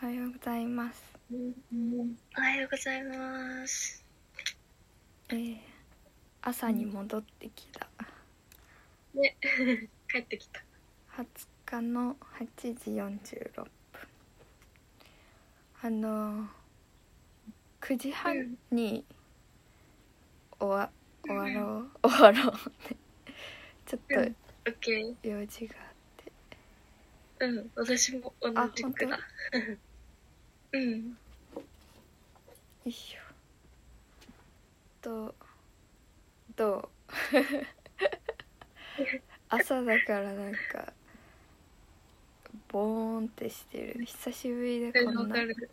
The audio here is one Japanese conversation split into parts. おはようございます。おはようございます。えー朝に戻ってきた。ね、帰ってきた。 20日の8時46分。あのー、9時半に終わ終わろう 終わろうってちょっオッケー。と用事があってうん、私も同じくだあ。 うん、よいしょとどう 朝だからなんかボーンってしてる久しぶりでこわんなかる。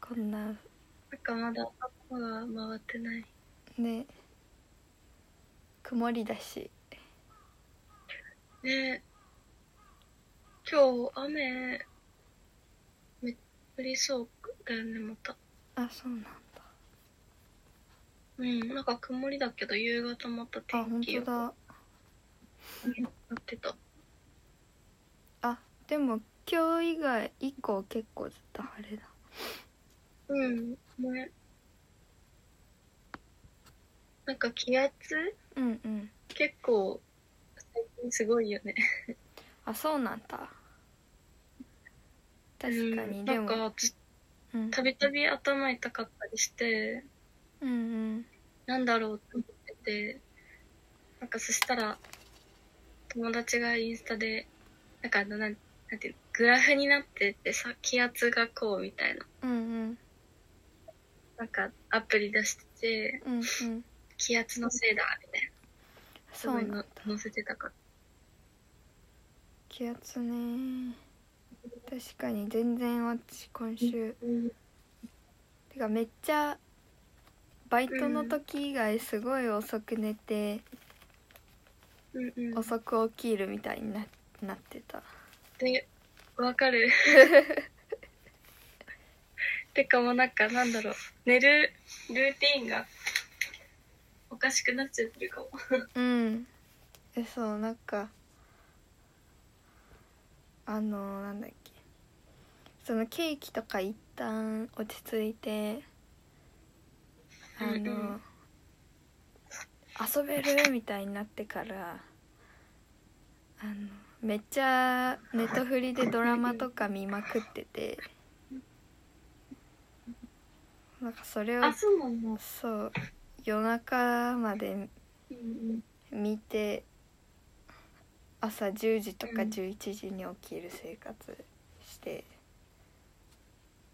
こんななんかまだ頭が回ってない。ね曇りだしね今日雨、め降りそうだよね、また。あそうなんだうん、なんか曇りだけど、夕方またあ天本気当よくなだってた。あでも今日以外以降結構ずっと晴れだうん、ね。なんか気圧うんうん結構最近すごいよねあそうなんだ確かうにんでなんもかずうんたびたび頭痛かったりしてうんうんなんだろうと思っててなんかそしたら友達がインスタでなんかあのなんなんていうのグラフになっててさ気圧がこうみたいなうんうんなんかアプリ出しててうんうん気圧のせいだみたいなすそうごないんだの載せてたから気圧ね確かに全然私今週うんてかめっちゃバイトの時以外すごい遅く寝てうん遅く起きるみたいにななってたでわか るてかもうなんかなんだろう寝るルーティンがおかしくなっちゃってるかもうんえそうなんかあのなんだっけそのケーキとか一旦落ち着いてあの、うんうん遊べるみたいになってからあのめっちゃネットフリでドラマとか見まくっててなんかそれをあそうなのそう夜中までうん見て朝10時とかうん11時に起きる生活して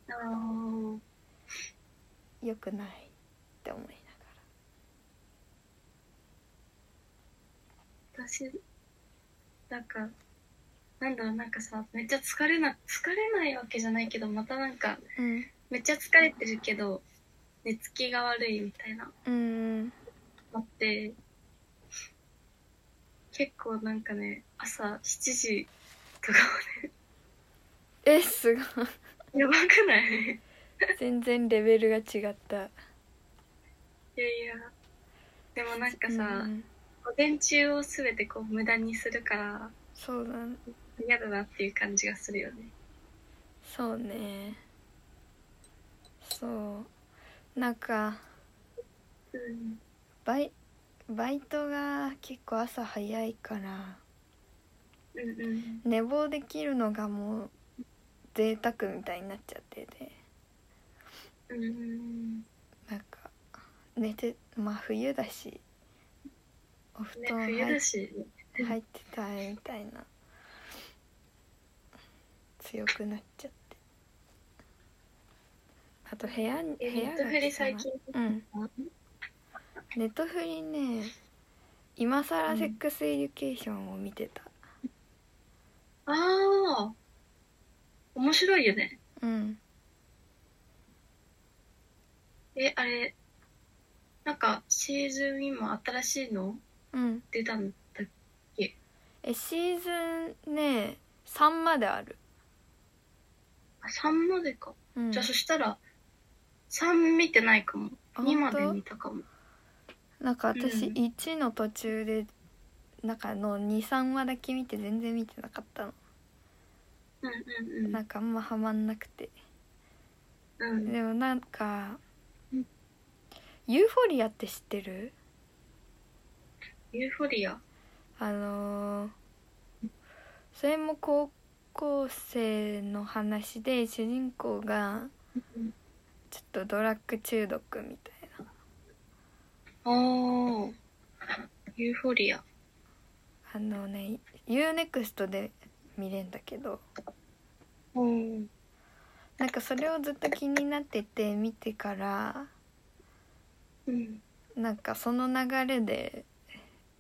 あーよくないって思いなが、私なんかなんだろうなんかさめっちゃ疲れな疲れないわけじゃないけどまたなんからうん、めっちゃ疲れてるけど寝つきが悪いみたいなうんのって結構なんかね朝7時とかえす ごいまでやばくない 全然レベルが違ったいやいやでもなんかさ、うん午前中を全てこう無駄にするからそうだ嫌だなっていう感じがするよねそうねそうなんかうんバイバイトが結構朝早いからうんうん寝坊できるのがもう贅沢みたいになっちゃっててうんうんなんか寝てまあ冬だしお布ね団入,、冬だし入ってたいみたいな強くなっちゃってあと部屋に部えネ屋ットフリ最汚い近うんうんネットフリね今さらセックスエデュケーションを見てたああ面白いよねうんえあれなんかシーズン今新しいのうん出たんだえシーズンね3まである、あ3までか、うん、じゃあそしたら3見てないかもあ2ま本で当見たかもなんか私うん1の途中でなんかの23話だけ見て全然見てなかったのうんうんなんかあんまハマんなくてうんでもなんかうん「ユーフォリア」って知ってるユーフォリアあのーそれも高校生の話で主人公がうんちょっとドラッグ中毒みたいなおーユーフォリアあのね UNEXT で見れんだけどおーなんかそれをずっと気になってて見てからうんなんかその流れで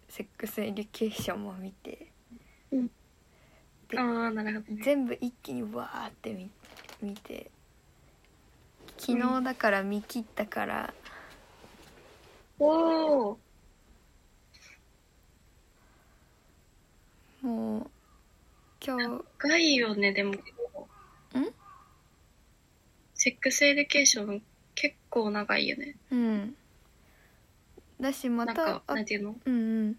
セックスエデュケーションも見てでああなるほどね全部一気にわーって見見て昨日だから見切ったから、おーもう今日深いよねでもんセックスエデュケーション結構長いよねうんだしまなんたかあなんていうのうんうん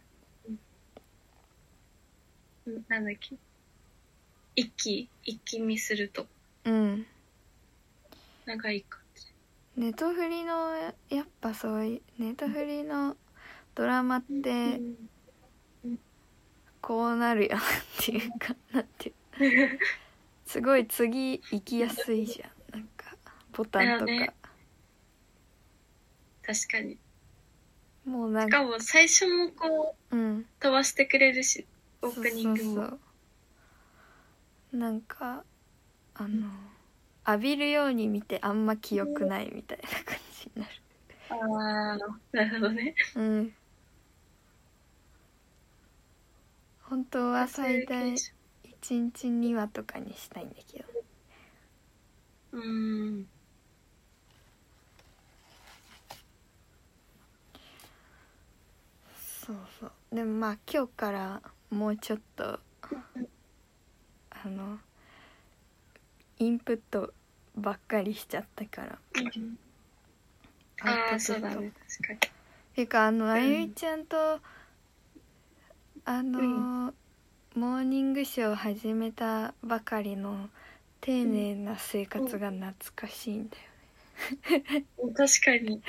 うんなんだっけ一気一気見するとうん長い感じネトフリのやっぱそういうネトフリのドラマってうんこうなるよなっていうかなんていうすごい次行きやすいじゃんなんかボタンとか、だよね確かにもうなしんかかも最初もこううん飛ばしてくれるしオープニングそもうそうそうなんかあの浴びるように見てあんま記憶ないみたいな感じになるああなるほどねうん本当は最大1日2話とかにしたいんだけどうんそうそうでもまあ今日からもうちょっとあのインプットばっかりしちゃったからあアあウトプそッうトだね確かていうかあのんあゆみちゃんとあの、うモーニングショーを始めたばかりの丁寧な生活が懐かしいんだよ、に確かに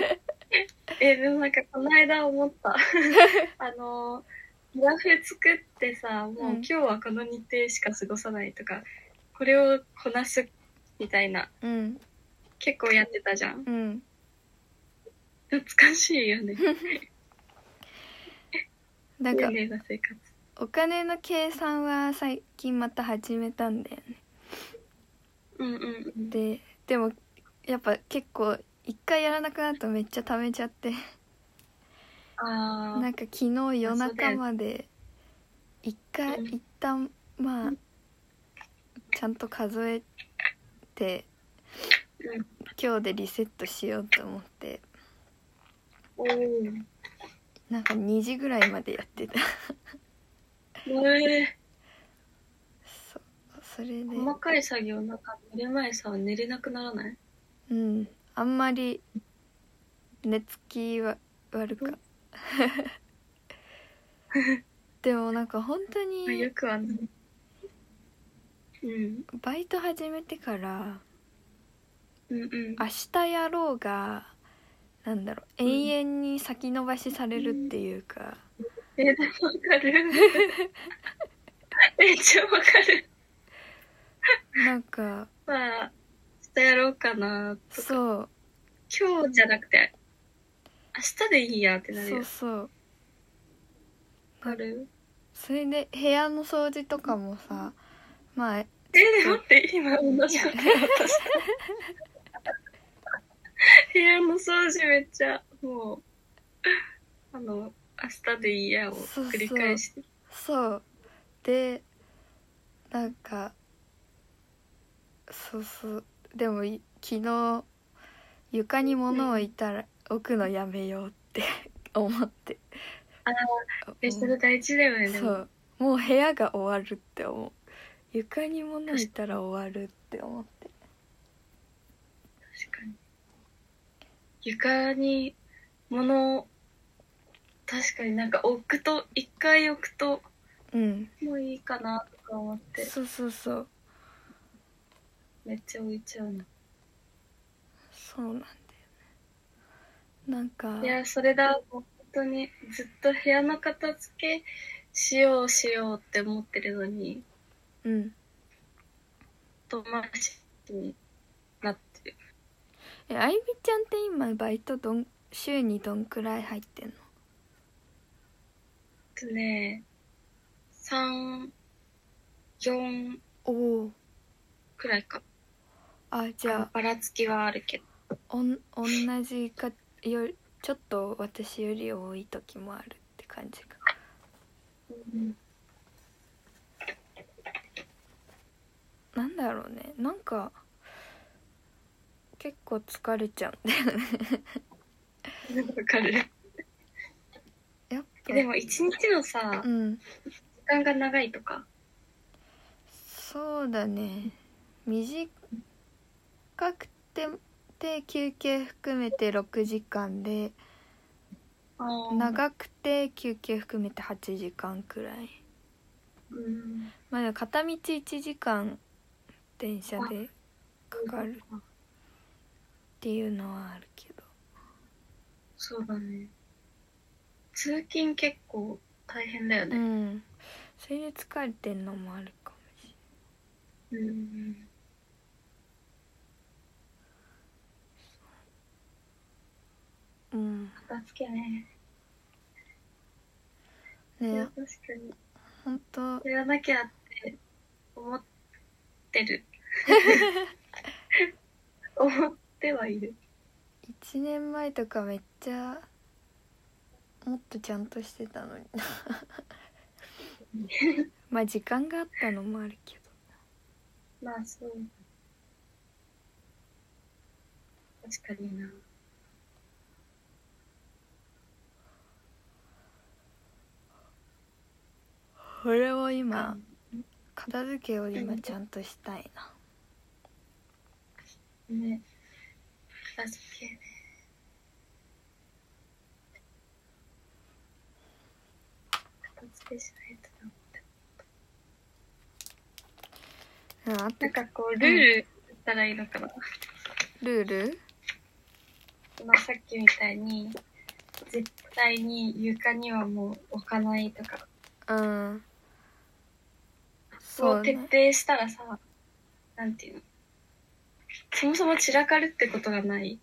えでもなんかこの間思った あのグラフ作ってさもううん今日はこの日程しか過ごさないとかこれをこなすみたいなうん結構やってたじゃんうん懐かしいよねなん丁か寧な生活お金の計算は最近また始めたんだよねうんうんうんででもやっぱ結構一回やらなくなるとめっちゃ貯めちゃってあなあんか昨日夜中まで一回うん一旦まあちゃんと数えてうん今日でリセットしようと思っておーなんか2時ぐらいまでやってた えそうそれでー、細かい作業なんか寝る前さ寝れなくならないうんあんまり寝つきは悪かった でもなんか本当あによくはないうんバイト始めてからうんうん明日やろうがなんだろううん永遠に先延ばしされるっていうか、えわかる めっちゃわかるなんかまあ明日やろうかなとかそう今日じゃなくて明日でいいやってなるよそうわそうかるそれで部屋の掃除とかもさまあえ待って今同じことやろうとした 部屋の掃除めっちゃもうあの明日でいいやを繰り返してそうでなんかそうそうでもい昨日床に物を置いたら置くのやめようって思ってえそれ大事だよねでそもうもう部屋が終わるって思う床に物置いたら終わるって思って確かに床に物を確かになんか置くと一回置くとうんもういいかなとか思ってそうそうそうめっちゃ浮いちゃうのそうなんだよねなんかいやそれだもう本当にずっと部屋の片付けしようしようって思ってるのにうん遠回しになってるえあいびちゃんって今バイトどん週にどんくらい入ってんのえっとね34おおくらいかあじゃあばらつきはある けどおん同じかよりちょっと私より多い時もあるって感じかなんだろうねなんか結構疲れちゃうんだよねわかるやっぱでも一日のさうん時間が長いとかそうだね短くてで休憩含めて6時間で長くて休憩含めて8時間くらいうんまあでも片道1時間電車でかかるっていうのはあるけどそうだね通勤結構大変だようねんそれで疲れてんのもあるかもしれないうんうん片付けねいやね確かに本当やらなきゃって思ってる思ってはいる1年前とかめっちゃもっとちゃんとしてたのに まあ時間があったのもある けどまあそう確かになこれを今片付けを今ちゃんとしたいなね片付けね片付けしないとうなんあとなんかこうルールだったらいいのかな、ルールそのさっきみたいに絶対に床にはもう置かないとかうんそそうう徹ね底したらさ、なんていうのそもそも散らかるってことがない。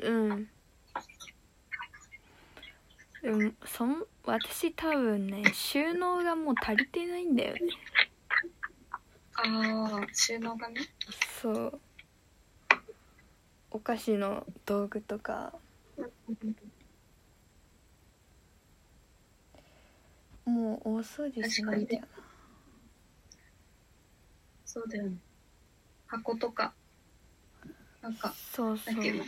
うんでもそん私多分ね収納がもう足りてないんだよねああ、収納がね。そうお菓子の道具とかもう大掃除しないんだよそうだよね。箱とか、なんなか、そうそなうんていうの。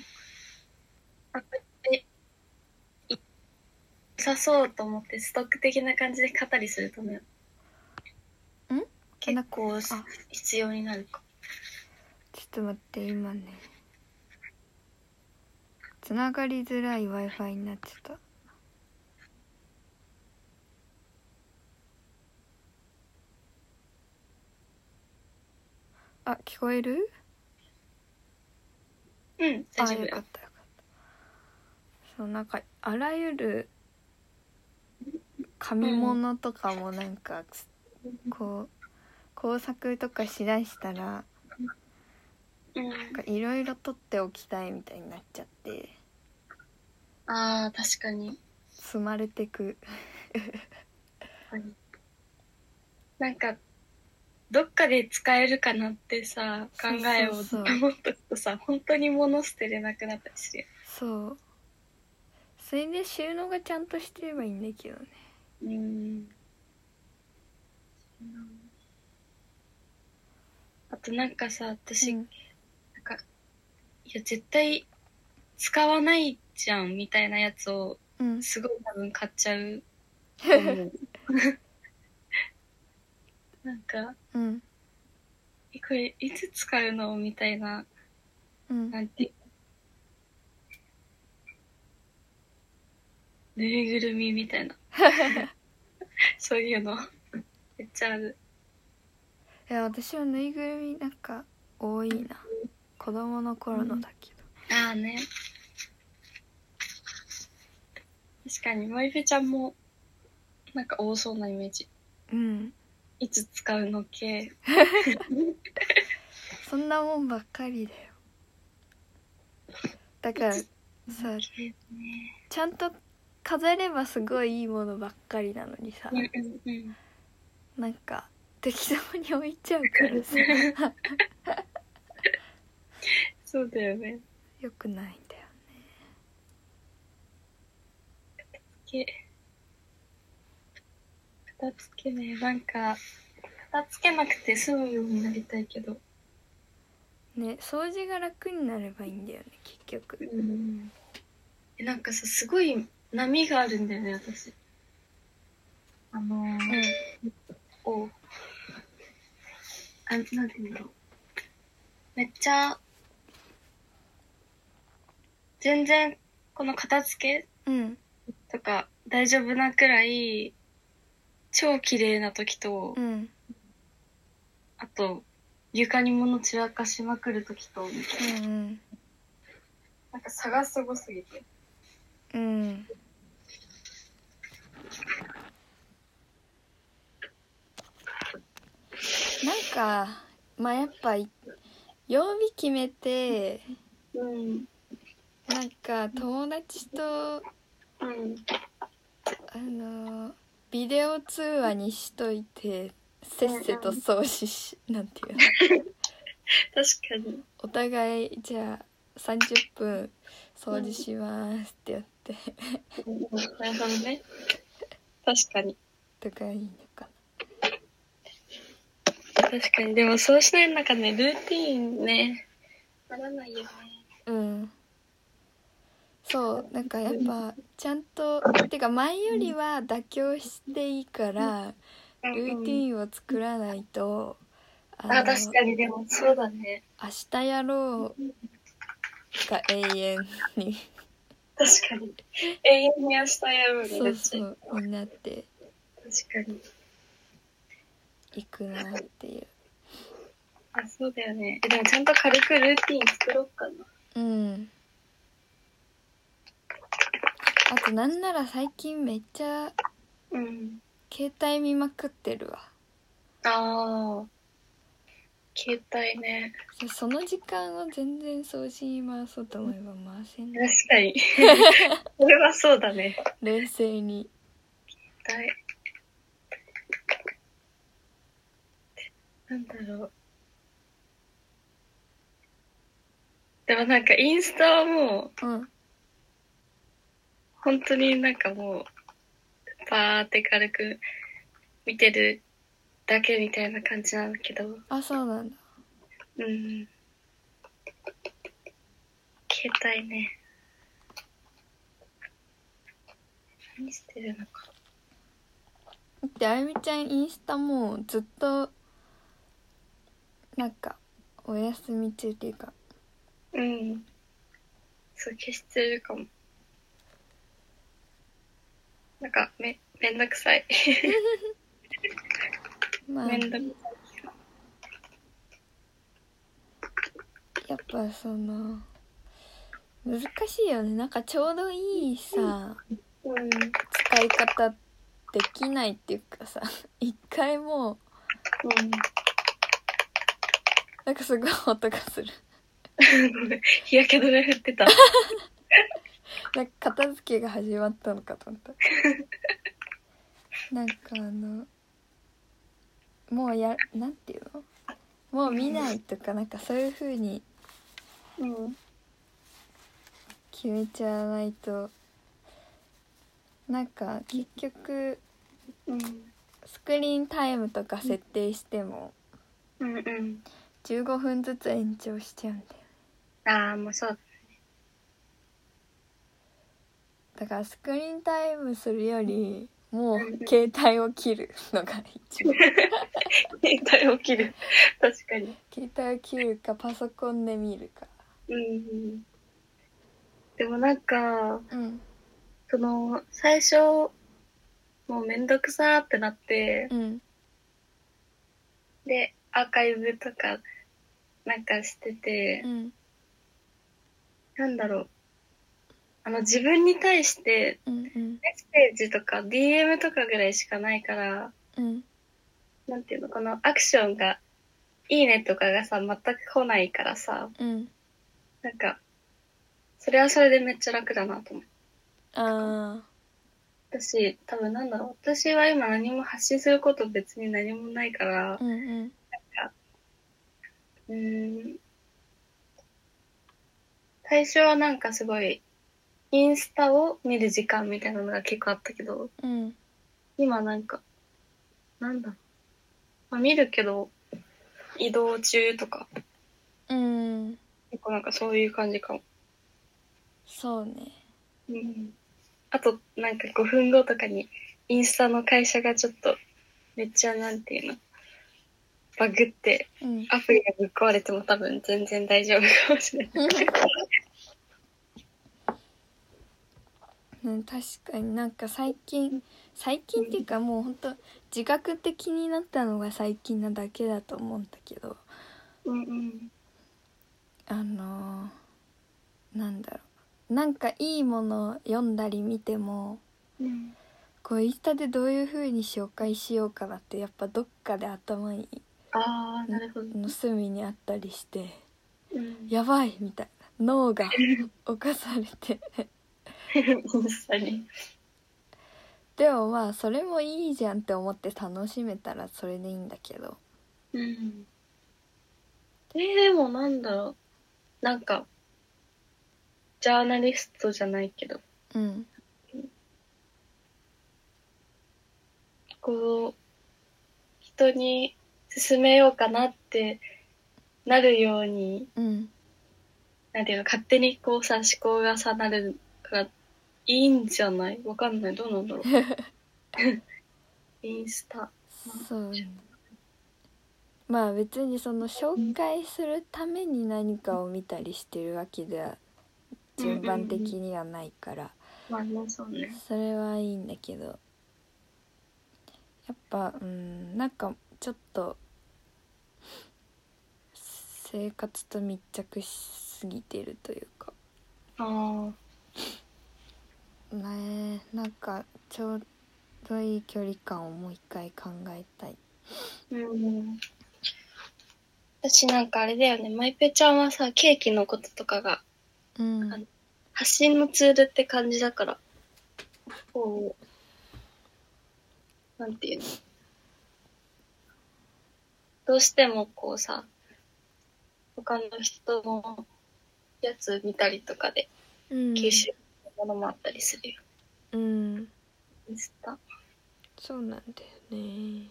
箱って、いさそうと思ってストック的な感じで買ったりするとね。ん結構あ必要になるか。ちょっと待って今ねつながりづらい w i f i になってたあ聞こえるうん、大あ丈夫よかっだよ。たよかったそうなんかあらゆる紙物とかもなんか、こう工作とかしだしたらうん、なんかいろいろ取っておきたいみたいになっちゃってああ、確かに。積まれてくなんか、どっかで使えるかなってさ、考えをそうそうそう思っとくとさ、本当に物捨てれなくなったりするよ。そうそれで収納がちゃんとしてればいいんだけどねうん。あとなんかさ、私、うんなんか、いや、絶対使わないじゃんみたいなやつを、うんすごい多分買っちゃうと 思う。なんか、うんえこれいつ使うのみたいなうんなんていうぬいぐるみみたいなそういうのめっちゃあるいや私はぬいぐるみなんか多いな子供の頃のだけああね。確かに、まゆぺちゃんも、なんか多そうなイメージ。どうんいつ使うの系。そんなもんばっかりだよだからさ系ね。ちゃんと飾ればすごいいいものばっかりなのにさうんうんうん。なんか適当に置いちゃうからさそうだよね。よくないんだよけ。片付けね、なんか、片付けなくて済むようになりたいけど。ね掃除が楽になればいいんだよね結局うん。えなんかさ、すごい波があるんだよね、私。あのーうを、あ、なんていうんだろう。めっちゃ、全然、この片付けんうんとか大丈夫なくらい、超綺麗な時と、うんあと、床に物散らかしまくる時と、うんなんか差がすごすぎて。うんうんなんかまあやっぱい曜日決めてうん。なんか友達とうん。あのビデオ通話にしといてせっせと掃除しなんていうの確かに。お互いじゃあ30分掃除しますってやってなるほどね。確かに。とかいいのか確かに。でもそうしないなんかね、ルーティーンね、ならないよね。なうんそうなんかやっぱちゃんとてか前よりは妥協していいからルーティンを作らないとあのあ、確かに、でも、そうだね。明日やろうが永遠に確かに。永遠に明日やろうにそなっうちそゃう。うになって確かに。いくなっていうあ、そうだよね。えでも、ちゃんと軽くルーティーン作ろうかな。うんあとなんなら最近めっちゃうん。携帯見まくってるわああ。携帯ね。いやその時間を全然掃除に回そうと思えば回せな確いか に。それはそうだね。冷静に携帯。なんだろう。でもなんかインスタはもう、うん本当になんかもう、バーって軽く見てるだけみたいな感じなんだけど、うん。あそうなんだ携帯ね。何してるのか。だってあゆみちゃんインスタもうずっとなんかお休み中っていうかうん。そう、消してるかも。なんか、め、めんどくさい。まあめんどくさやい。っぱその難しいよねなんかちょうどいいさうん。使い方できないっていうかさ 一回もうなんかすごい音がするうん。ごめん 日焼け止め振ってた。なんか片付けが始まったのかと思ったなんかあのもうやなんていうのもう見ないとかなんかそういう風にうん。決めちゃわないとなんか結局うん。スクリーンタイムとか設定してもうんうん。 15分ずつ延長しちゃうんだよああ、もうそう。だからスクリーンタイムするよりもう携帯を切るのが一 番携帯起きる。確かに。携帯を切るかパソコンで見るかうん。でもなんか、うんその、最初、もうめんどくさーってなって、うんで、アーカイブとかなんかしててう、んなんだろう。あの、自分に対してうんうんメッセージとか DM とかぐらいしかないから、うんなんていうの、このアクションが、いいねとかがさ、全く来ないからさ、うんなんか、それはそれでめっちゃ楽だなと思う。あ私、多分なんだろう、私は今何も発信すること別に何もないからー、うんうんうーん。最初はなんかすごい、インスタを見る時間みたいなのが結構あったけど、うん今なんか、なんだろう。まあ、見るけど、移動中とか、うん結構なんかそういう感じかも。そうねうん。あと、なんか5分後とかに、インスタの会社がちょっと、めっちゃなんていうの、バグって、うんアプリがぶっ壊れても多分全然大丈夫かもしれない。うん確かになんか最近最近っていうかもうほんと自覚的になったのが最近なだけだと思うんだけどうんうん。あのーなんだろうなんかいいものを読んだり見てもうん。こうインスタでどういう風に紹介しようかなってやっぱどっかで頭にああ、なるほど。の隅にあったりしてうん。 やばいみたいな脳 が侵されてインスタに。でもまあそれもいいじゃんって思って楽しめたらそれでいいんだけどうん。えー、でもなんだろう。なんか、ジャーナリストじゃないけど、うんこう、人に勧めようかなってなるように、うんなんていうの、勝手にこうさ、思考がさ、なるから、いいんじゃないわかんない。どうなんだろう。インスタ。そうねまあ別にその紹介するために何かを見たりしてるわけでは順番的にはないからまあね、そうね。それはいいんだけどやっぱうんなんかちょっと生活と密着しすぎてるというかああ。ねえなんかちょうどいい距離感をもう一回考えたい。うん。私なんかあれだよね、マイペちゃんはさ、ケーキのこととかがうん発信のツールって感じだから、こう、なんていうの。どうしてもこうさ、他の人のやつ見たりとかでうん吸収するものもあったりするよ。うんインスタ。そうなんだよね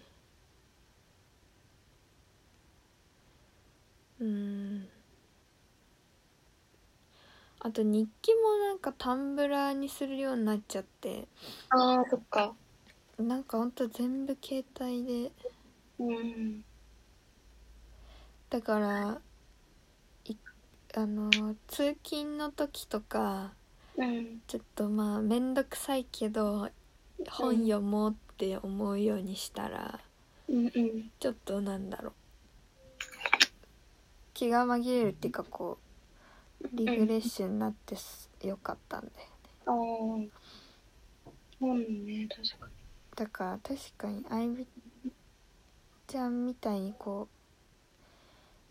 うんあと日記もなんかタンブラーにするようになっちゃってああ、そっか。なんかほんと全部携帯でうん。だからいあの通勤の時とかうん。ちょっとまあ面倒くさいけど本読もうって思うようにしたら。うんうん。ちょっとなんだろう気が紛れるっていうかこうリフレッシュになってすよかったんでああ。うんね、確かに。だから確かにあいみちゃんみたいにこ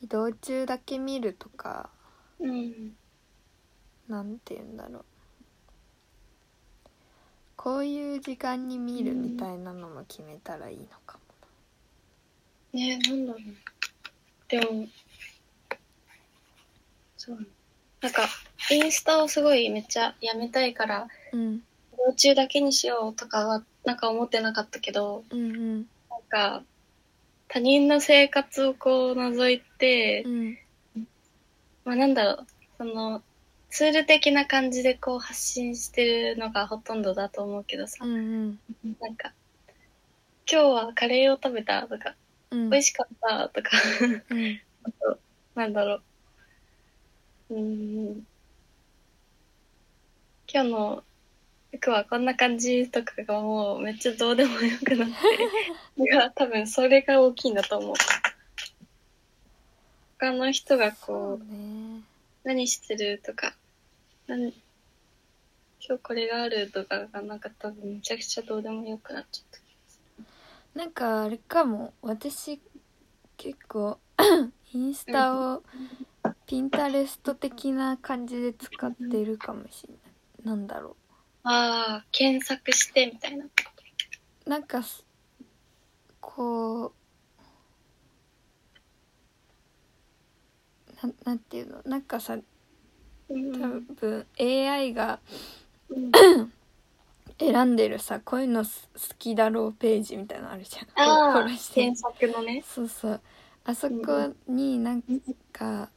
う移動中だけ見るとかうん。なんて言うんだろうこういう時間に見るみたいなのも決めたらいいのかねえ、なんだろう。でも、そう。なんか、インスタをすごいめっちゃやめたいから、も、うん、移動中だけにしようとかは、なんか思ってなかったけど、うんうんなんか、他人の生活をこう覗いて、うんまあなんだろう、その、ツール的な感じでこう発信してるのがほとんどだと思うけどさ、うんうんなんか、今日はカレーを食べたとか、うん美味しかったとか、 うんなんだろう。うーん。今日の服はこんな感じとかがもうめっちゃどうでもよ くなって。いや、多分それが大きいんだと思う。他の人がそこうう、ね何してるとか、何、今日これがあるとかがなんか多分めちゃくちゃどうでもよくなっちゃった。なんかあれかも私結構インスタをピンタレスト的な感じで使ってるかもしれないなんだろああ、検索してみたいな。うなんかすこうななんていうのなんかさうん多分 AI がうん選んでるさこういうのす好きだろうページみたいなのあるじゃんああフォローし、てる検索のね。そうそうあそこになんか、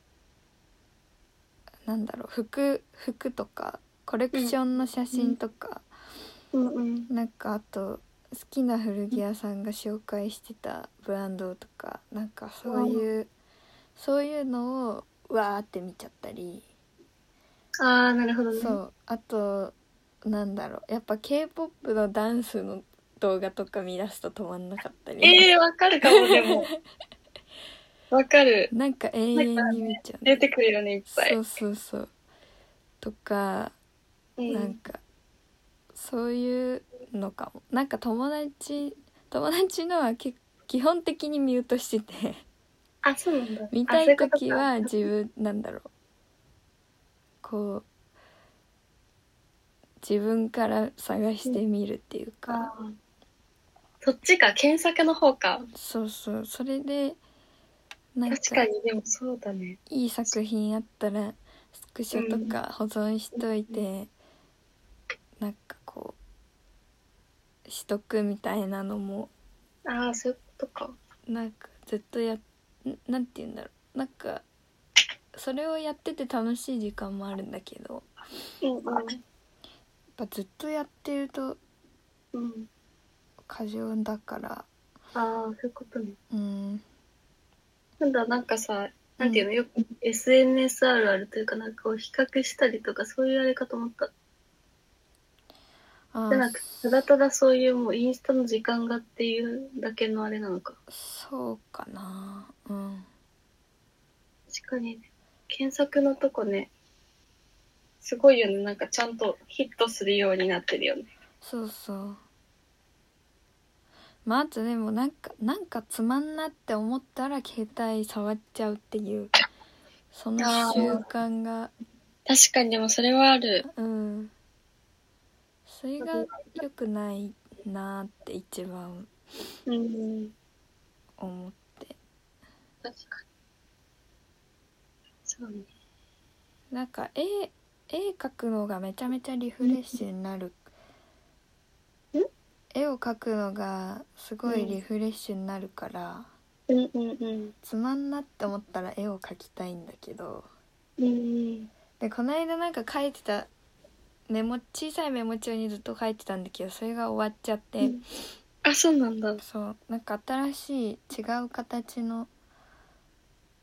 なんだろう服服とかコレクションの写真とか、うんうん。なんかあと好きな古着屋さんが紹介してたブランドとかなんかそういうそういうのをわーって見ちゃったり、ああ、なるほどね。そうあとなんだろうやっぱ k p o p のダンスの動画とか見出すと止まんなかったり、ええー、わかるかも、で も。わかる。なんか永遠に見ちゃう、出てくるよね、いっぱい。そうそうそうとかうなんん。かそういうのかもなんか友達友達のはけ基本的にミュートしてて あ、そうなんだ。見あたそういうこと時はか自分なんだろうこう自分から探してみるっていうか、あーそっちか、検索の方か。そうそうそれでなんか確かに、でもそうだね。いい作品あったらスクショとか保存しといて、なんかこうしとくみたいなのもああ、そういうことか。なんかずっとやんなんて言うんだろうなんかそれをやってて楽しい時間もあるんだけどやっうんうん。ぱずっとやってるとうん。過剰だからああ、そういうことね。うんなんだ、なんかさ、なんていうの、よく SNS あるあるというか、なんかこう比較したりとか、そういうあれかと思った。あじゃなくただただそういうもうインスタの時間がっていうだけのあれなのかそうかなうん確かにね検索のとこねすごいよねなんかちゃんとヒットするようになってるよねそうそうまああとでもなんかなんかつまんなって思ったら携帯触っちゃうっていうそのあー習慣が確かにでもそれはあるうんそれが良くないなって一番うん思っ確かにそうねなんか絵絵描くのがめちゃめちゃリフレッシュになるん絵を描くのがすごいリフレッシュになるから、うんうんうんつまんなって思ったら絵を描きたいんだけどうんでこの間なんか書いてたメモ小さいメモ帳にずっと書いてたんだけどそれが終わっちゃって、うんあそうなんだそうなんか新しい違う形の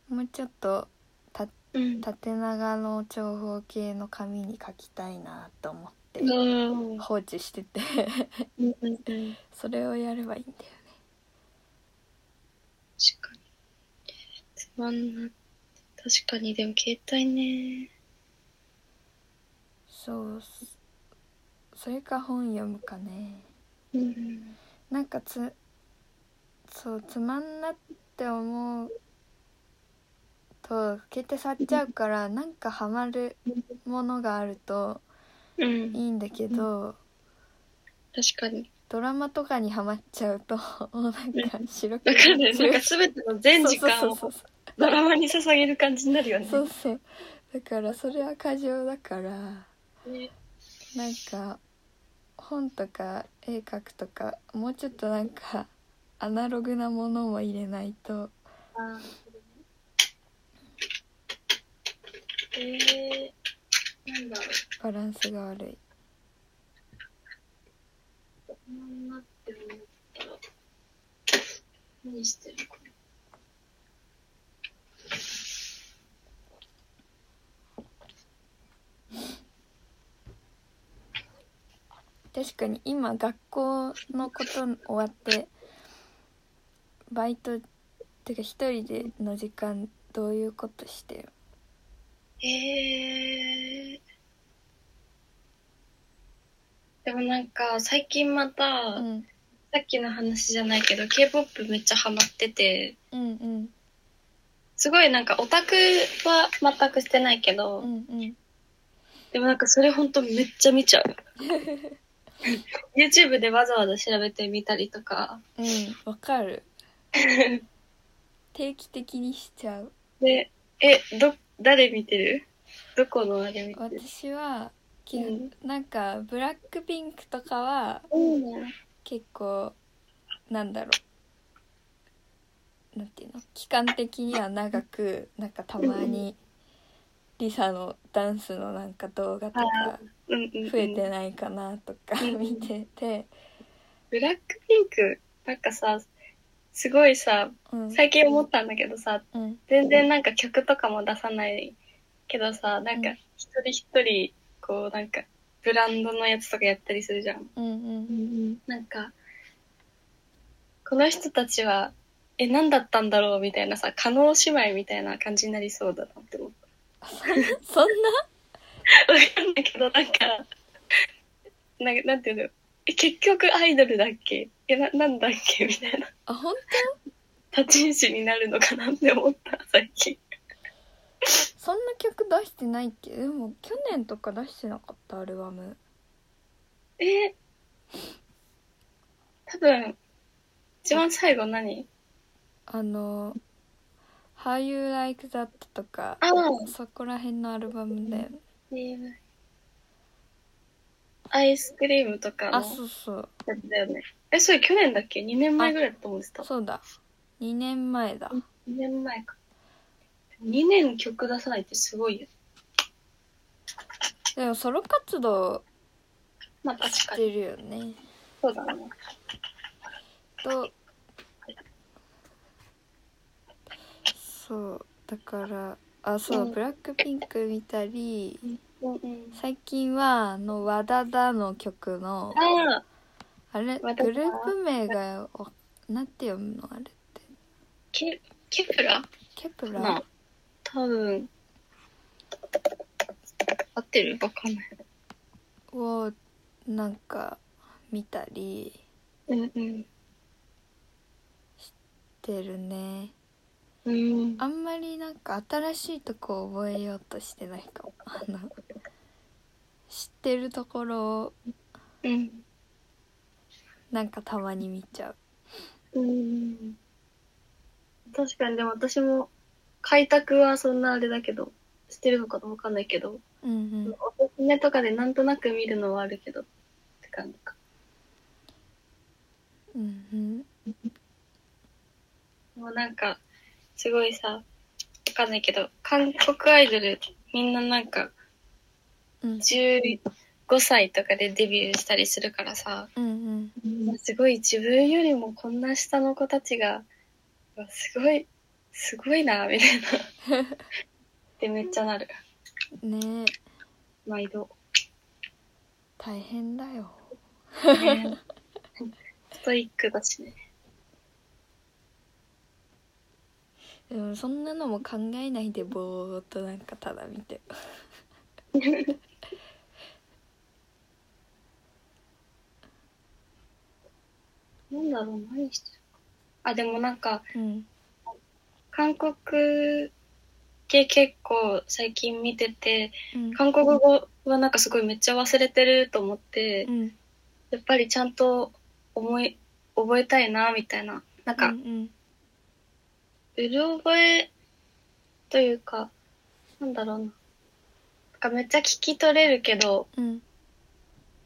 もうちょっとたうん縦長の長方形の紙に書きたいなと思ってうんうん放置してて うんうん確かそれをやればいいんだよねにつまんな確かにでも携帯ねそうそれか本読むかねうんなんかつそうつまんなって思うと携帯触っちゃうからなんかハマるものがあるとうんいいんだけど、確かに。ドラマとかにハマっちゃう ともうなんか白くわかる。なん白かく全ての全時間そうをそうドラマに捧げる感じになるよね。そうそうそうだからそれは過剰だからねなんか本とか絵描くとかもうちょっとなんかアナログなものも入れないとあーえー、なんだろう。バランスが悪いこんなって思ったら、何してるかな。確かに今学校のこと終わってバイトっていうか一人での時間どういうことしてるえー。でもなんか、最近また、うんさっきの話じゃないけど、K-POP めっちゃハマってて、うんうんすごいなんかオタクは全くしてないけど、うんうんでもなんかそれほんとめっちゃ見 ちゃう。YouTube でわざわざ調べてみたりとか、うんわかる定期的にしちゃうで、え、ど、誰見てるどこのあれ見てる私はきうんなんかブラックピンクとかはうん。結構なんだろうなんていうの期間的には長くなんかたまにリサのダンスのなんか動画とかうんうん。増えてないかなとかうん見てて、ブラックピンク、なんかさ、すごいさ、うん最近思ったんだけどさ、うん全然なんか曲とかも出さないけどさ、なんうかん一人一人、こうなんか、ブランドのやつとかやったりするじゃん。うんうんなんか、この人たちは、え、何だったんだろうみたいなさ、加納姉妹みたいな感じになりそうだなって思った。そんわかんないけど、なんか、なんかなんていうの、え、結局アイドルだっけえ、な、なんだっけみたいな。なあ本立ち位置になるのかなって思った、最近。当そんな曲出してないっけでも去年とか出してなかったアルバムえ多分、一番最後何あの「How You Like That」とかああ、そこら辺のアルバムでアイスクリームとかのあそうそうやつだよね。え、それ去年だっけ ?2 年前ぐらいだと思ってた。2そうだ2年前だ年前か。2年曲出さないってすごいよ。でもソロ活動まあ確しかに。てるよねそうだね。とそうだからあそう、うんブラックピンク見たりうんうん。最近はあの和田だの曲のああ、あれ和田だグループ名がおなんて読むのあれってケ、ケプラケプまラあ、多分。合ってるわかんない。をなんか見たりうんうん。してるねうん。あんまりなんか新しいとこを覚えようとしてないかもあの知ってるところをうん。なんかたまに見ちゃううん。確かに、でも私も、開拓はそんなあれだけど、してるのかわかんないけど、うんおすすめとかでなんとなく見るのはあるけど、って感じか。うんうんうんもうなんか、すごいさ、わかんないけど、韓国アイドル、みんななんか、うん15歳とかでデビューしたりするからさ、うんすごい自分よりもこんな下の子たちが、うわすごい、すごいな、みた いな。ってめっちゃなる。うんねえ毎度。大変だよねストイックだしね。でもそんなのも考えないでぼーっとなんかただ見てるなんだろう、何してるか。あ、でもなんか、うん韓国系結構最近見てて、うん韓国語はなんかすごいめっちゃ忘れてると思って、うんやっぱりちゃんと思い、覚えたいな、みたいな。なんうか、んうる覚えというか、なんだろうな。なんかめっちゃ聞き取れるけど、うん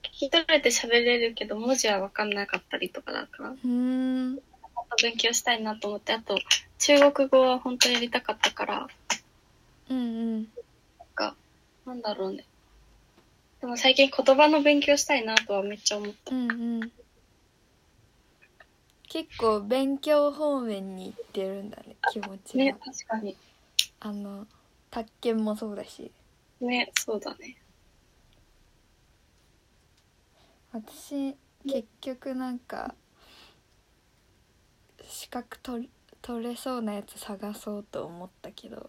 聞き取れて喋れるけど文字は分かんなかったりとかだからもっうんと勉強したいなと思ってあと中国語は本当にやりたかったからなんうんかなんだろうねでも最近言葉の勉強したいなとはめっちゃ思ったうんうん結構勉強方面に行ってるんだね気持ちねが確かにあの宅建もそうだしねそうだね私結局なんか資格取り取れそうなやつ探そうと思ったけど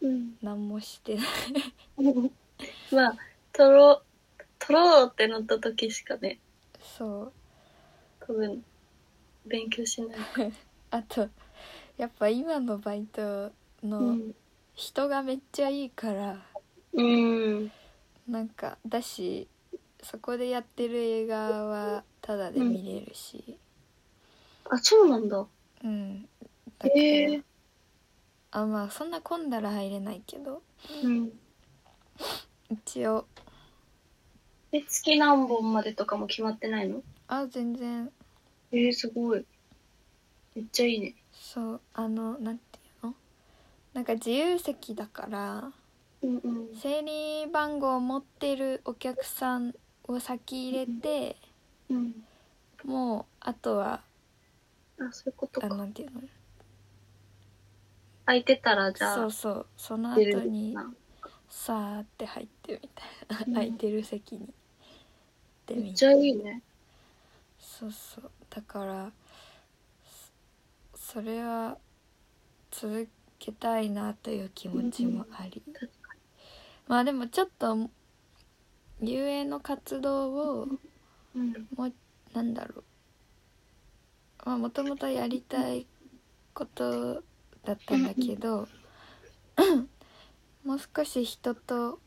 うん。何もしてない まあ、取ろう、取ろうってなった時しかね、そう多分、勉強しない。あとやっぱ今のバイトの人がめっちゃいいから、うん。なんかだしそこでやってる映画はタダで見れるしあ、そうなんだ。うん、だから、へえあまあそんな混んだら入れないけどうん。一応え、月何本までとかも決まってないのあ全然えー、すごい。めっちゃいいね。そうあのなんていうのなんか自由席だからうんうん。整理番号を持ってるお客さんを先入れてうん。もうあとはあ、そういうことあか。なんていうの空いてたら、じゃあ、そうそうその後出れるになさーって入ってみたいなうん空いてる席にでめっみちゃいいね。そうそうだからそそれは続けたいなという気持ちもあり、確まあでもちょっと遊泳の活動をうん。もうなんだろうまあもともとやりたいことだったんだけどもう少し人と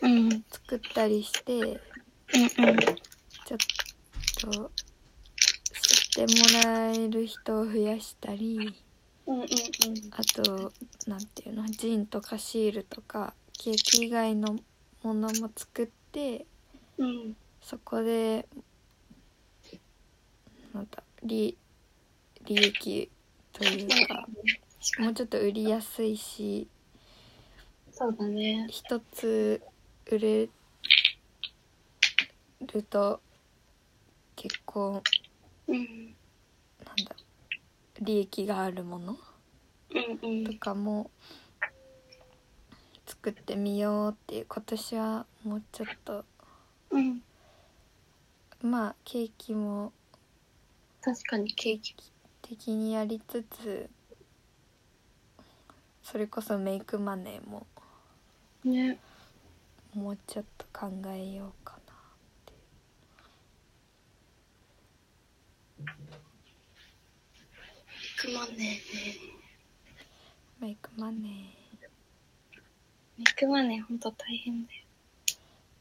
うん。うん作ったりしてうん。ちょっと知ってもらえる人を増やしたりうんうんうん。あとなんていうのジンとかシールとかケーキ以外のものも作ってうん。そこでなんだ利利益というかもうちょっと売りやすいしそうだね。一つ売れると結構うん。なんだ利益があるものうんうとん。かも作ってみようっていう今年はもうちょっとうん。まあケーキも確かにケーキ。的にやりつつそれこそメイクマネーもね。もうちょっと考えようかなくまんね。メイクマネーメイクマネーほんと大変だよ。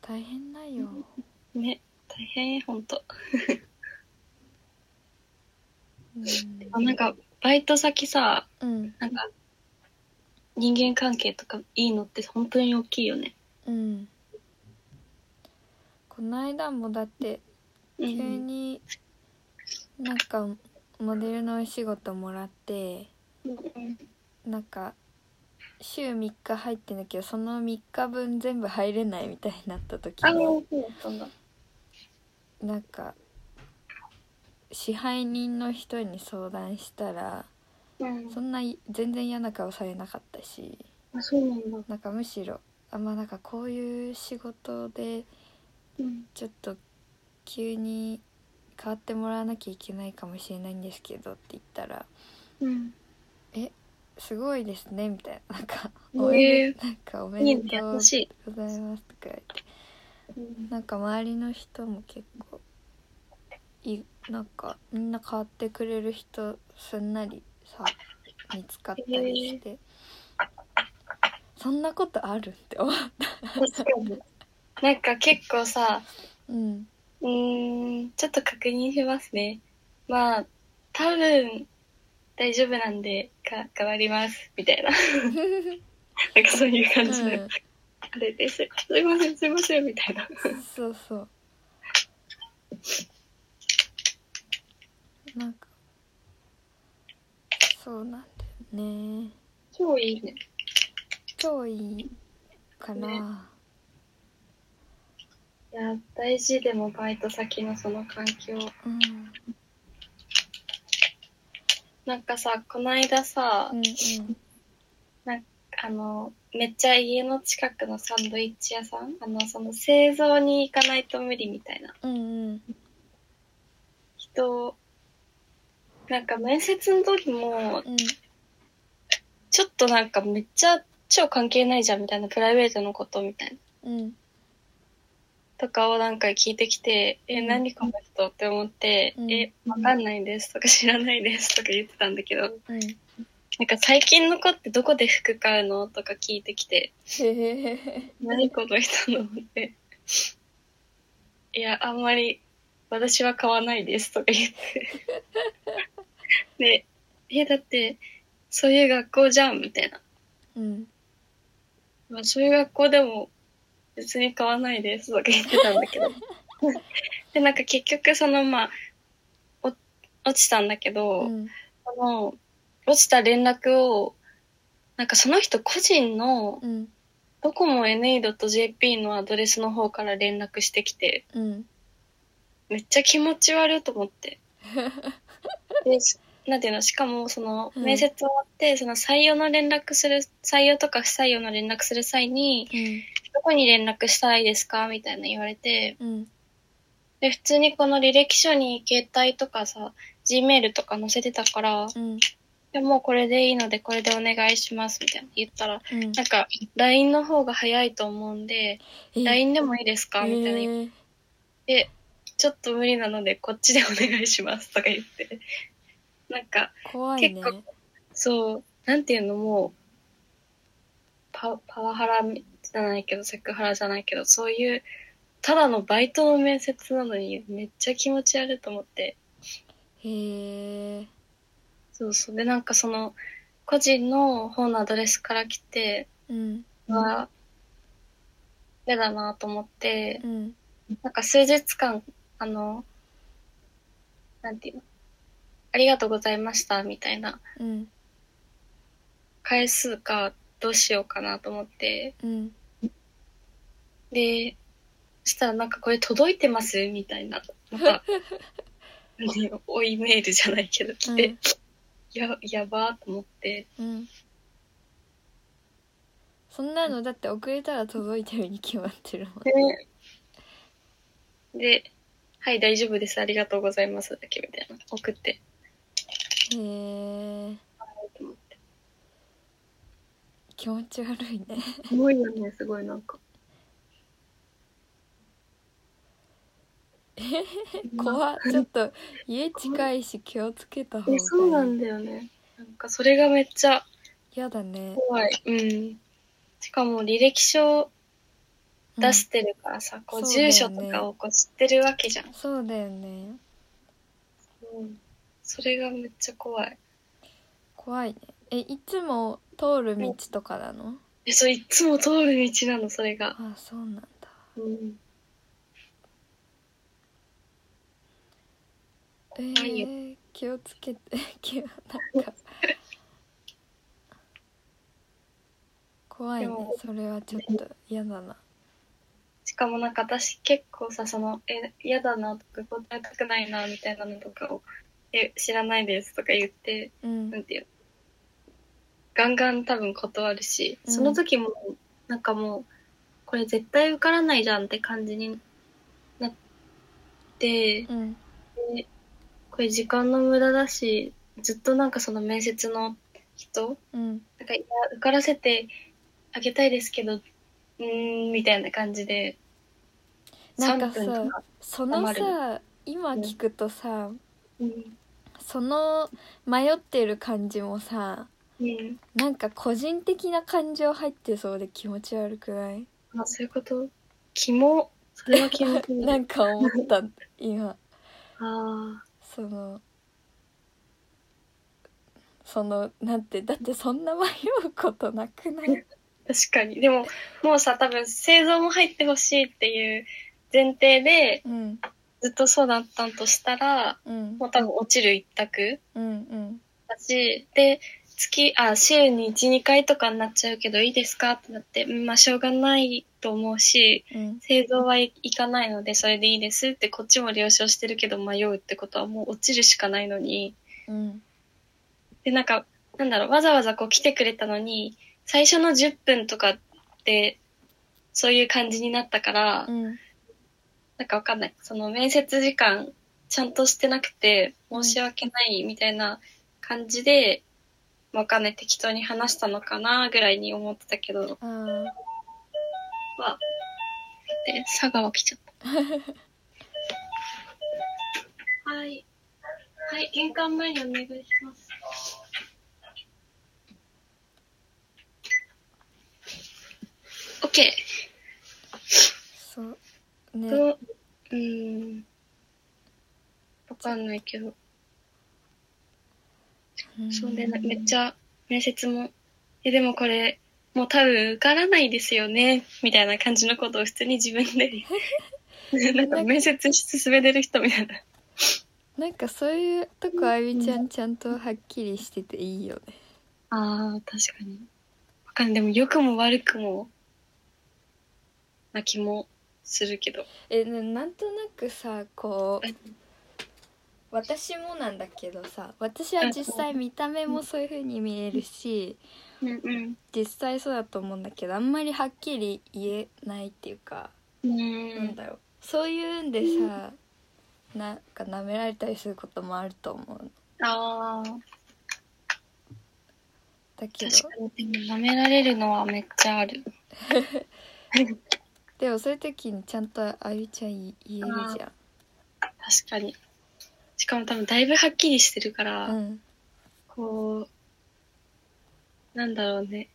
大変だよね。大変ほんと。うんあ、なんか、バイト先さ、うんなんか、人間関係とかいいのって本当に大きいよね。うんこの間もだってう急。になんかモデルのお仕事もらってうんうん。なんか週3日入ってんだけどその3日分全部入れないみたいになった時あ、にそうだったんだ。なんか支配人の人に相談したらうんそんない全然嫌な顔されなかったしあ、そうなんだ。なんかむしろあまあなんかこういう仕事でうん。ちょっと急に変わってもらわなきゃいけないかもしれないんですけどって言ったらうん。すごいですねみたいななんかえおめで、なんかおめいいでね。とう優しい。ございますとか言ってうんなんか周りの人も結構いなんかみんな変わってくれる人すんなりさ見つかったりして、そんなことあるって思う確かに。なんか結構さ、うんうーん、ちょっと確認しますね。まあ、多分、大丈夫なんで、か、変わります、み たいな。なんかそういうう感じの、んあれです。すいません、すいません、みたいな。そうそうなんかそうなんだよね超いいね。超いいかな、ねいや、大事でもバイト先のその環境。うんなんかさ、この間さう、んうんあの、めっちゃ家の近くのサンドイッチ屋さんあの、その製造に行かないと無理みたいなうんうん人なんか面接の時も、うんちょっとなんかめっちゃ超関係ないじゃんみたいな、プライベートのことみたいな。うんとかをなんか聞いてきて、え、何この人って思って、うんえ、わかんないですとか知らないですとか言ってたんだけど、うんなんか最近の子ってどこで服買うのとか聞いてきて、へえ何この人のって。いや、あんまり私は買わないですとか言って。で、え、だって、そういう学校じゃんみたいな。うんまあ、そういう学校でも別に買わないですとか言ってたんだけど。 で、なんか結局そのまあ、お落ちたんだけど、うんその、落ちた連絡を、なんかその人個人の、うんドコモ NE.jp のアドレスの方から連絡してきて、うんめっちゃ気持ち悪いと思って。で、しなんていうの、しかもその、うん面接終わって、その採用の連絡する、採用とか不採用の連絡する際に、うんどこに連絡したいですかみたいな言われて、うんで、普通にこの履歴書に携帯とかさ、Gmail とか載せてたから、うんでもうこれでいいので、これでお願いします、みたいな言ったら、うんなんか、LINE の方が早いと思うんで、え LINE でもいいですかみたいな言っえーて、ちょっと無理なので、こっちでお願いします、とか言って。なんか、怖いね結そう、なんていうのもう、パパワハラじゃないけど、セクハラじゃないけど、そういう、ただのバイトの面接なのに、めっちゃ気持ち悪いと思って。へえそうそう。で、なんかその、個人の方のアドレスから来て、うんは、嫌だなと思ってう、んなんか数日間、あの、なんていうの、ありがとうございましたみたいなうん回数かどうしようかなと思って、うんで、そしたらなんかこれ届いてますみたいな、なん か、ね、おいメールじゃないけど来て、うんや、やばーと思って、うんそんなのだって遅れたら届いてるに決まってるもんで、はい、大丈夫です、ありがとうございますだけみたいな、送って。へえ気持ち悪いねすごいよね、すごいなんか。 怖っちょっと家近いし気をつけた方え、そうながんだよね。なんかそれがめっちゃ嫌だね怖い。うん。しかも履歴書うん出してるからさ、こうそうだよね住所とかをこう知ってるわけじゃん。そうだよねうん。それがめっちゃ怖い。怖いねえいつも通る道とかなのえ、そう、いつも通る道なの、それが。あそうなんだうん。えいよー、気をつけて 気をなん か怖いでねもそれはちょっと嫌だなしかもなんか私結構さ、その、え、嫌だなとか、答えたくないな、みたいなのとかを、え、知らないですとか言って、うんなんていうのガンガン多分断るし、うんその時もなんかもうこれ絶対受からないじゃんって感じになってうんでこれ時間の無駄だしずっとなんかその面接の人うんなんかいや受からせてあげたいですけどうーんみたいな感じでなんか3分とか、その黙さ今聞くとさうんその迷ってる感じもさうんなんか個人的な感情入ってそうで気持ち悪くないあそういうことキモそれはキモくなないんか思った今あそのそのなんてだってそんな迷うことなくない確かに。でも、もうさ、多分、製造も入ってほしいっていう前提で、うんずっとそうだったんとしたら、うんもう多分落ちる一択うんだし、で、月、あ、週に1、2回とかになっちゃうけどいいですかってなって、うんまあ、しょうがないと思うし、うん製造はい行かないので、それでいいですって、こっちも了承してるけど迷うってことはもう落ちるしかないのに、うんで、なんか、なんだろう、わざわざこう来てくれたのに、最初の10分とかって、そういう感じになったから、うんなんかわかんない。その面接時間ちゃんとしてなくて申し訳ないみたいな感じで、わかんない適当に話したのかなぐらいに思ってたけど、うんは、で、佐川来ちゃ った。はい。はい、玄関前にお願いします。オッケそうー。ねと、うーん。わかんないけど、そうね、めっちゃ面接も、え、でもこれ、もう多分受からないですよね、みたいな感じのことを普通に自分 で、なんか面接し進めてる人みたいな。なんかそういうとこあゆみちゃんちゃんとはっきりしてていいよねああ、確かに。わかんない。でも、良くも悪くも、な気もするけど。えななんとなくさこう私もなんだけどさ私は実際見た目もそういう風に見えるしうんうん。実際そうだと思うんだけどあんまりはっきり言えないっていうか、うなんん。だろうそういうんでさなんか舐められたりすることもあると思うああ、だけど確かに。でも、舐められるのはめっちゃある。でもそういう時にちゃんとあゆちゃん言えるじ確かに。しかも多分、だいぶはっきりしてるから、ゃん、うん、こう、なんだろうね。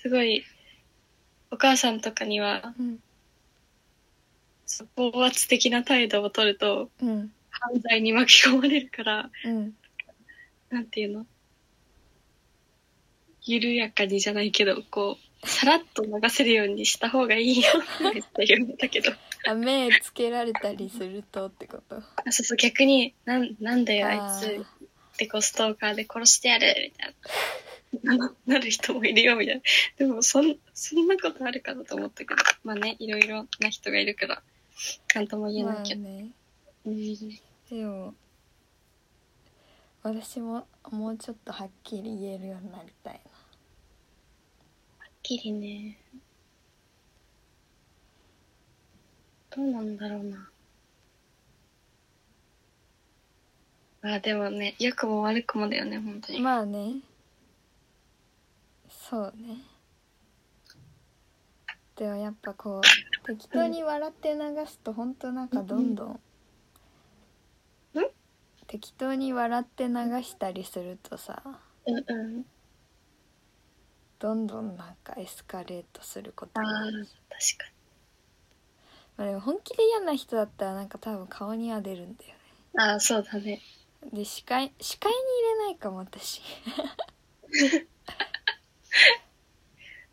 すごい、お母さんとかには、うんそこ高圧的な態度を取ると、うん犯罪に巻き込まれるから、うんなんていうの緩やかにじゃないけど、こう、さらっと流せるようにした方がいいよって言うんだけど、あ目つけられたりするとってことあそうそう、逆に、なんなんだよ、あいあーつってこう、ストーカーで殺してやるみたいな、な なる人もいるよ、みたいな。でも、そん、そんなことあるかなと思ったけど、まあね、いろいろな人がいるから、なんとも言えなまいあけど。ねうんでも私ももうちょっとはっきり言えるようになりたいはっきりねどうなんだろうなあでもね良くも悪くもだよね本当なに、まあねそうねでもやっぱこう適当に笑って流すと本当なんかどんどんうん適当に笑って流したりするとさうんうんどんどんなんかエスカレートすることあがあ確かまあでも本気で嫌な人だったらなんか多分顔には出るんだよにああそうだねねで視界視界に入れないかも私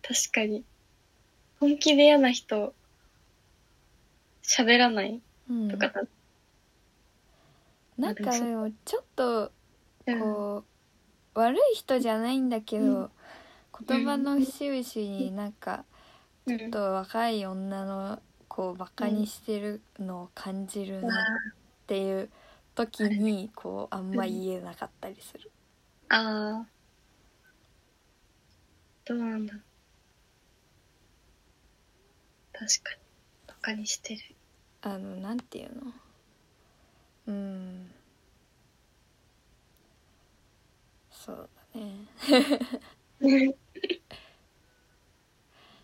確かに本気で嫌な人喋らないうんとかだ、なんかでもちょっとうんこう、悪い人じゃないんだけど、うん言葉の節々になんかうちょっん、と若い女の子をバカにしてるのを感じるあなっていう時にこうあんま言えなかったりする。あああどうなんだろう確かにバカにしてるあのなんていうのうんそうだね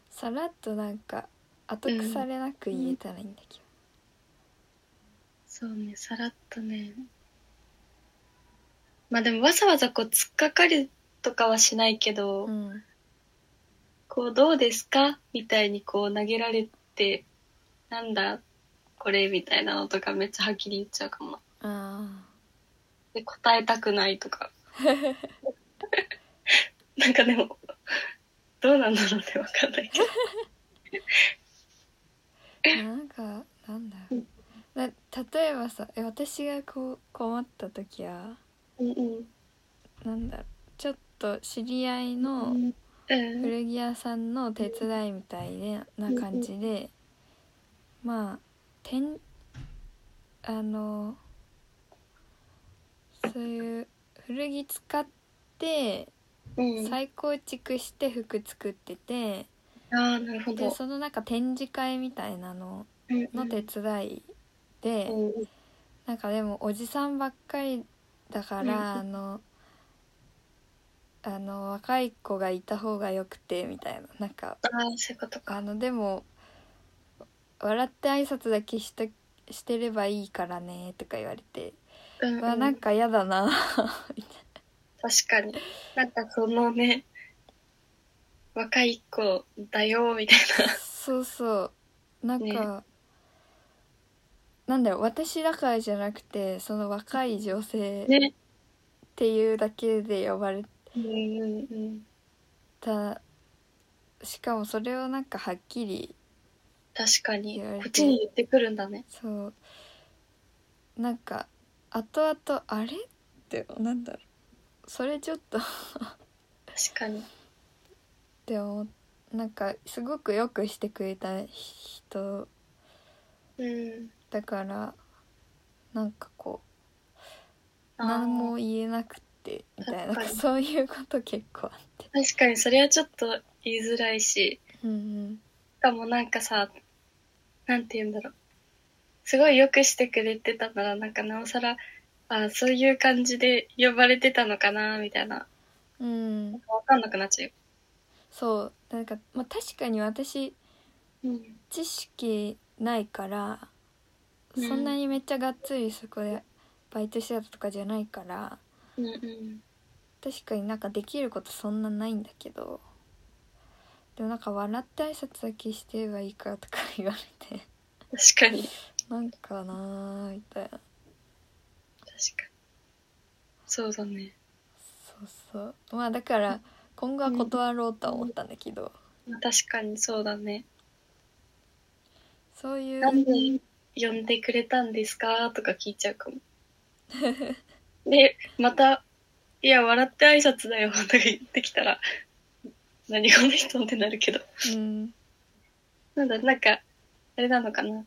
さらっとなんか後腐れなく言えたらいいんだけど、そうね、さらっとね。まあでもわざわざこう、突っかかりとかはしないけど、うん、こう、どうですかみたいにこう、投げられて、なんだこれみたいなのとかめっちゃはっきり言っちゃうかも。あで、答えたくないとか。なんかでも、どうなんだろうね、わかんないけど。ーなんかなんだろうな例えばさえ私がこう困った時はうんなんだろうちょっと知り合いのうん。うん。古着屋さんの手伝いみたいでな感じでまあてんあのそういう古着使ってうん。あ再構築して服作っててあー、なるほでど。そのなんか展示会みたいなのうんうのん手伝いで、うんなんかでもおじさんばっかりだから、うんあのあの若い子がいた方がよくてみたいななんかああそういうことかあのでも笑って挨拶だけしとしてればいいからねとか言われて、うん、うわなんか嫌だな 確かになんかそのね若い子だよみたいそうそうなんか、ねなんだよ私だからじゃなくてその若い女 性なねっていうだけで呼ばれうんうんうんたしかもそれをなんかはっきり確かに言われてこっちに言ってくるんだねそうなんか後々あれってなんだろうそれちょっとっ確かにて思っなんかすごくよくしてくれた人うんだからなんかこうあー何も言えなくてみたいな確かにそういうこと結構あって確かにそれはちょっと言いづらいしうんしかもなんかさなんて言うんだろうすごいよくしてくれてたならなんかなおさらあーそういう感じで呼ばれてたのかなみたいなうん、うん、わかんなくなっちゃうよそうなんか、まあ、確かに私うん知識ないから、うんそんなにめっちゃがっつりそこでバイトしてたとかじゃないからうんうん確かになんかできることそんなないんだけどでもなんか笑って挨拶だけしてればいいからとか言われて 確かになんかなーみたいな確かにそうだねそうそうまあだから今後は断ろうとは思ったんだけど、確かにそうだねそういなんうで呼んでくれたんですかとか聞いちゃ うかもでまた「いや笑って挨拶だよ」とか言ってきたら何この人ってなるけどうんなんだなんかあれなのかな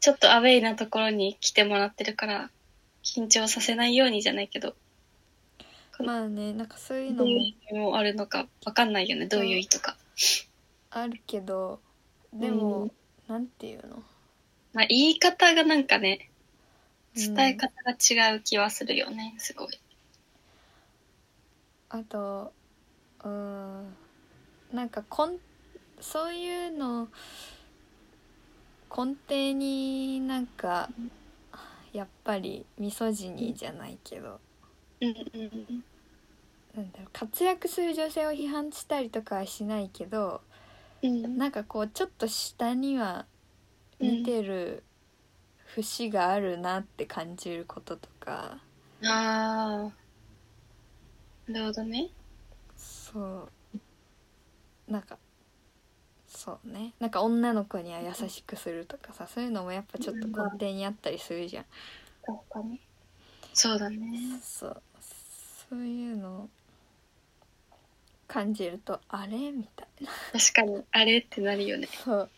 ちょっとアウェイなところに来てもらってるから緊張させないようにじゃないけどまあねなんかそういうのどういうも意味もあるのかわかんないよねどういう意図か、あるけどでも、うんなんていうのまあ、言い方がなんかねうん伝え方が違う気はするよねすごい。あとうーんなんかこんそういうの根底になんかやっぱりミソジニーじゃないけどうんうんうんなんだろう活躍する女性を批判したりとかはしないけどうん、なんかこうちょっと下には見てる節があるなって感じることとかああなるほどねそうなんかそうねなんか女の子には優しくするとかさそういうのもやっぱちょっと根底にあったりするじゃん確かにそうだねそうそういうのを感じるとあれみたいな確かにあれってなるよねそう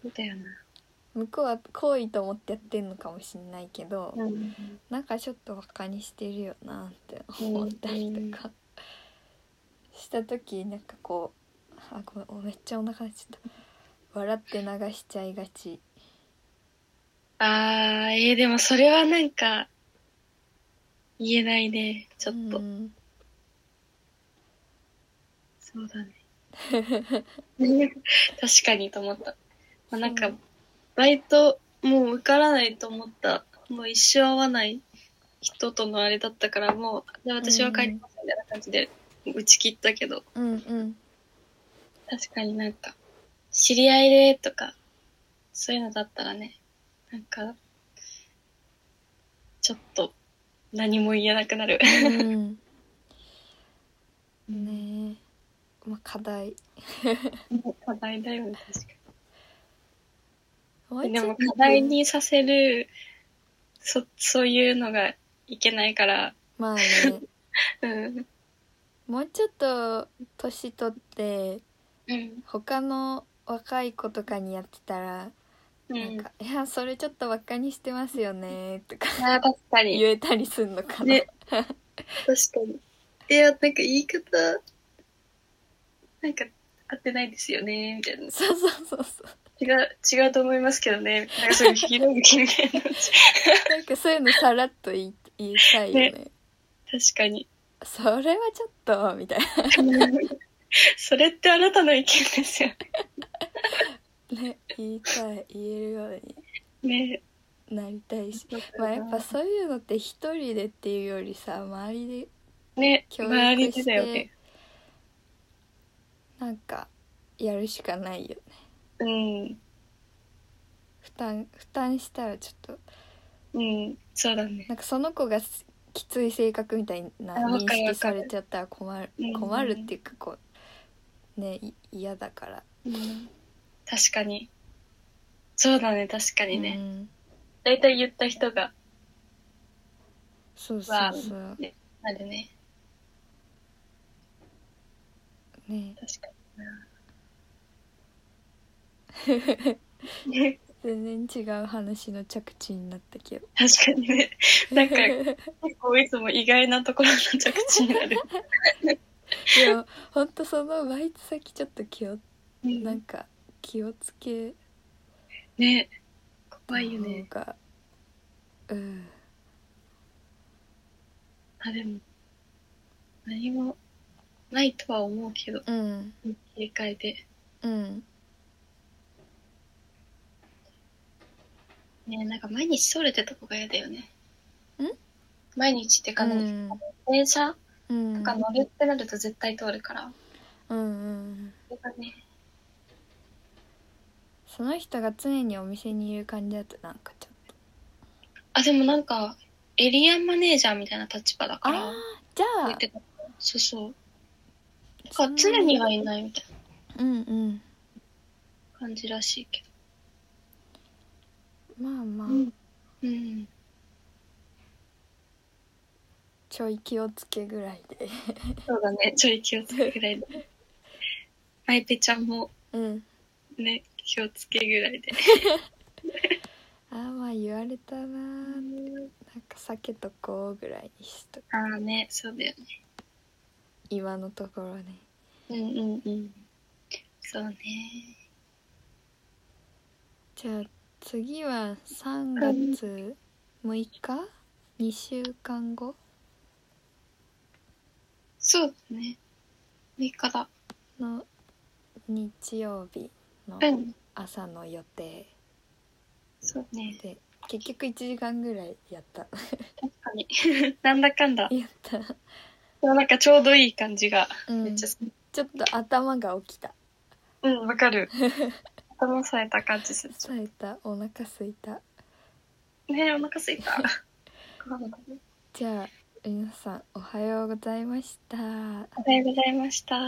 そうだよな向こうは好意と思ってやってんのかもしんないけど、うんなんかちょっとバカにしてるよなって思ったりとか、した時なんかこうあごめんおめっちゃお腹減っちゃった笑って流しちゃいがちあーえー、でもそれはなんか言えないねちょっと、うんそ うだね確かにと思った、まあ、なんかそうバイトもう受からないと思ったもう一生会わない人とのあれだったからもうじゃあ私は帰りますみたいな感じで打ち切ったけどうんうん確かになんか知り合いでとかそういうのだったらねなんかちょっと何も言えなく なるうんねえまあ課題課題だよね確かにもでも課題にさせるそそういうのがいけないから、まあねうんもうちょっと年取ってうん他の若い子とかにやってたら、うなんん、か「いやそれちょっとバカにしてますよね」とかあー確かに言えたりすんのかな、ね確かにいやなんか言い方なんか合ってないですよね、みたいな。そうそうそうそう違う、違うと思いますけどね。なんかそういうひろゆきみたいな。確なんかそういうのさらっと言い言いたいよねかに。 それはちょっとみたいそれってあなたの意見ですよなね言いたい言えるようね。になりたいしね。まあやっぱそういうのって一人でっていうよりさ周りでね、協周り力でしだよねて。なんかやるしかないよねうん。負担負担したらちょっとうん。そうだね。なんかその子がすきつい性格みたいなあわかる認識わかさるれちゃったら困るうん困るっていうかこうねい嫌だからうん。確かに。そうだね、確かにうね。んだいたい言った人が、そうそうそうなるね。ね確か にな。ね、全然違う話の着地になったけど確かにね。なん か、結構いつも意外なところの着地になる。でもほんとそのバイト先ちょっと気をう んなんか気をつけねた怖いよ方ねがうんあでも何もないとは思うけどうん警戒でうんねなんか毎日それてとこが嫌だよねん毎日っていううか、ねん電車うんとか乗るってなると絶対通るから、うんうんそれがねその人が常にお店にいる感じだとなんかちょっとあでもなんかエリアマネージャーみたいな立場だかあらあじゃあ言ってたそうそうなんか常にはいないみたいうんうんな感じらしいけまあまあ、どうん、うん、ちょい気をつけぐらいでそうだねちょい気をつけぐらいで マイペちゃんもうんね気をつけぐらいでああまあ言われたななんか避けとこうぐらいにしとああね、そうだよね。今のところねうんうんうん。そうね。じゃあ次は3月6日2週間後そうだね。3日だ。の日曜日のうん。朝の予定そうね。で結局1時間ぐらいやった 確かに。 なんだかんだ。やったでもなんかちょうどいい感じが。うんめっちゃち、ょっと頭が起きたうん、わかる。頭冴えた感じする。冴えたお腹すいたねお腹 すいた。ご飯食べようじゃあ皆さんおはようございました。おはようございました。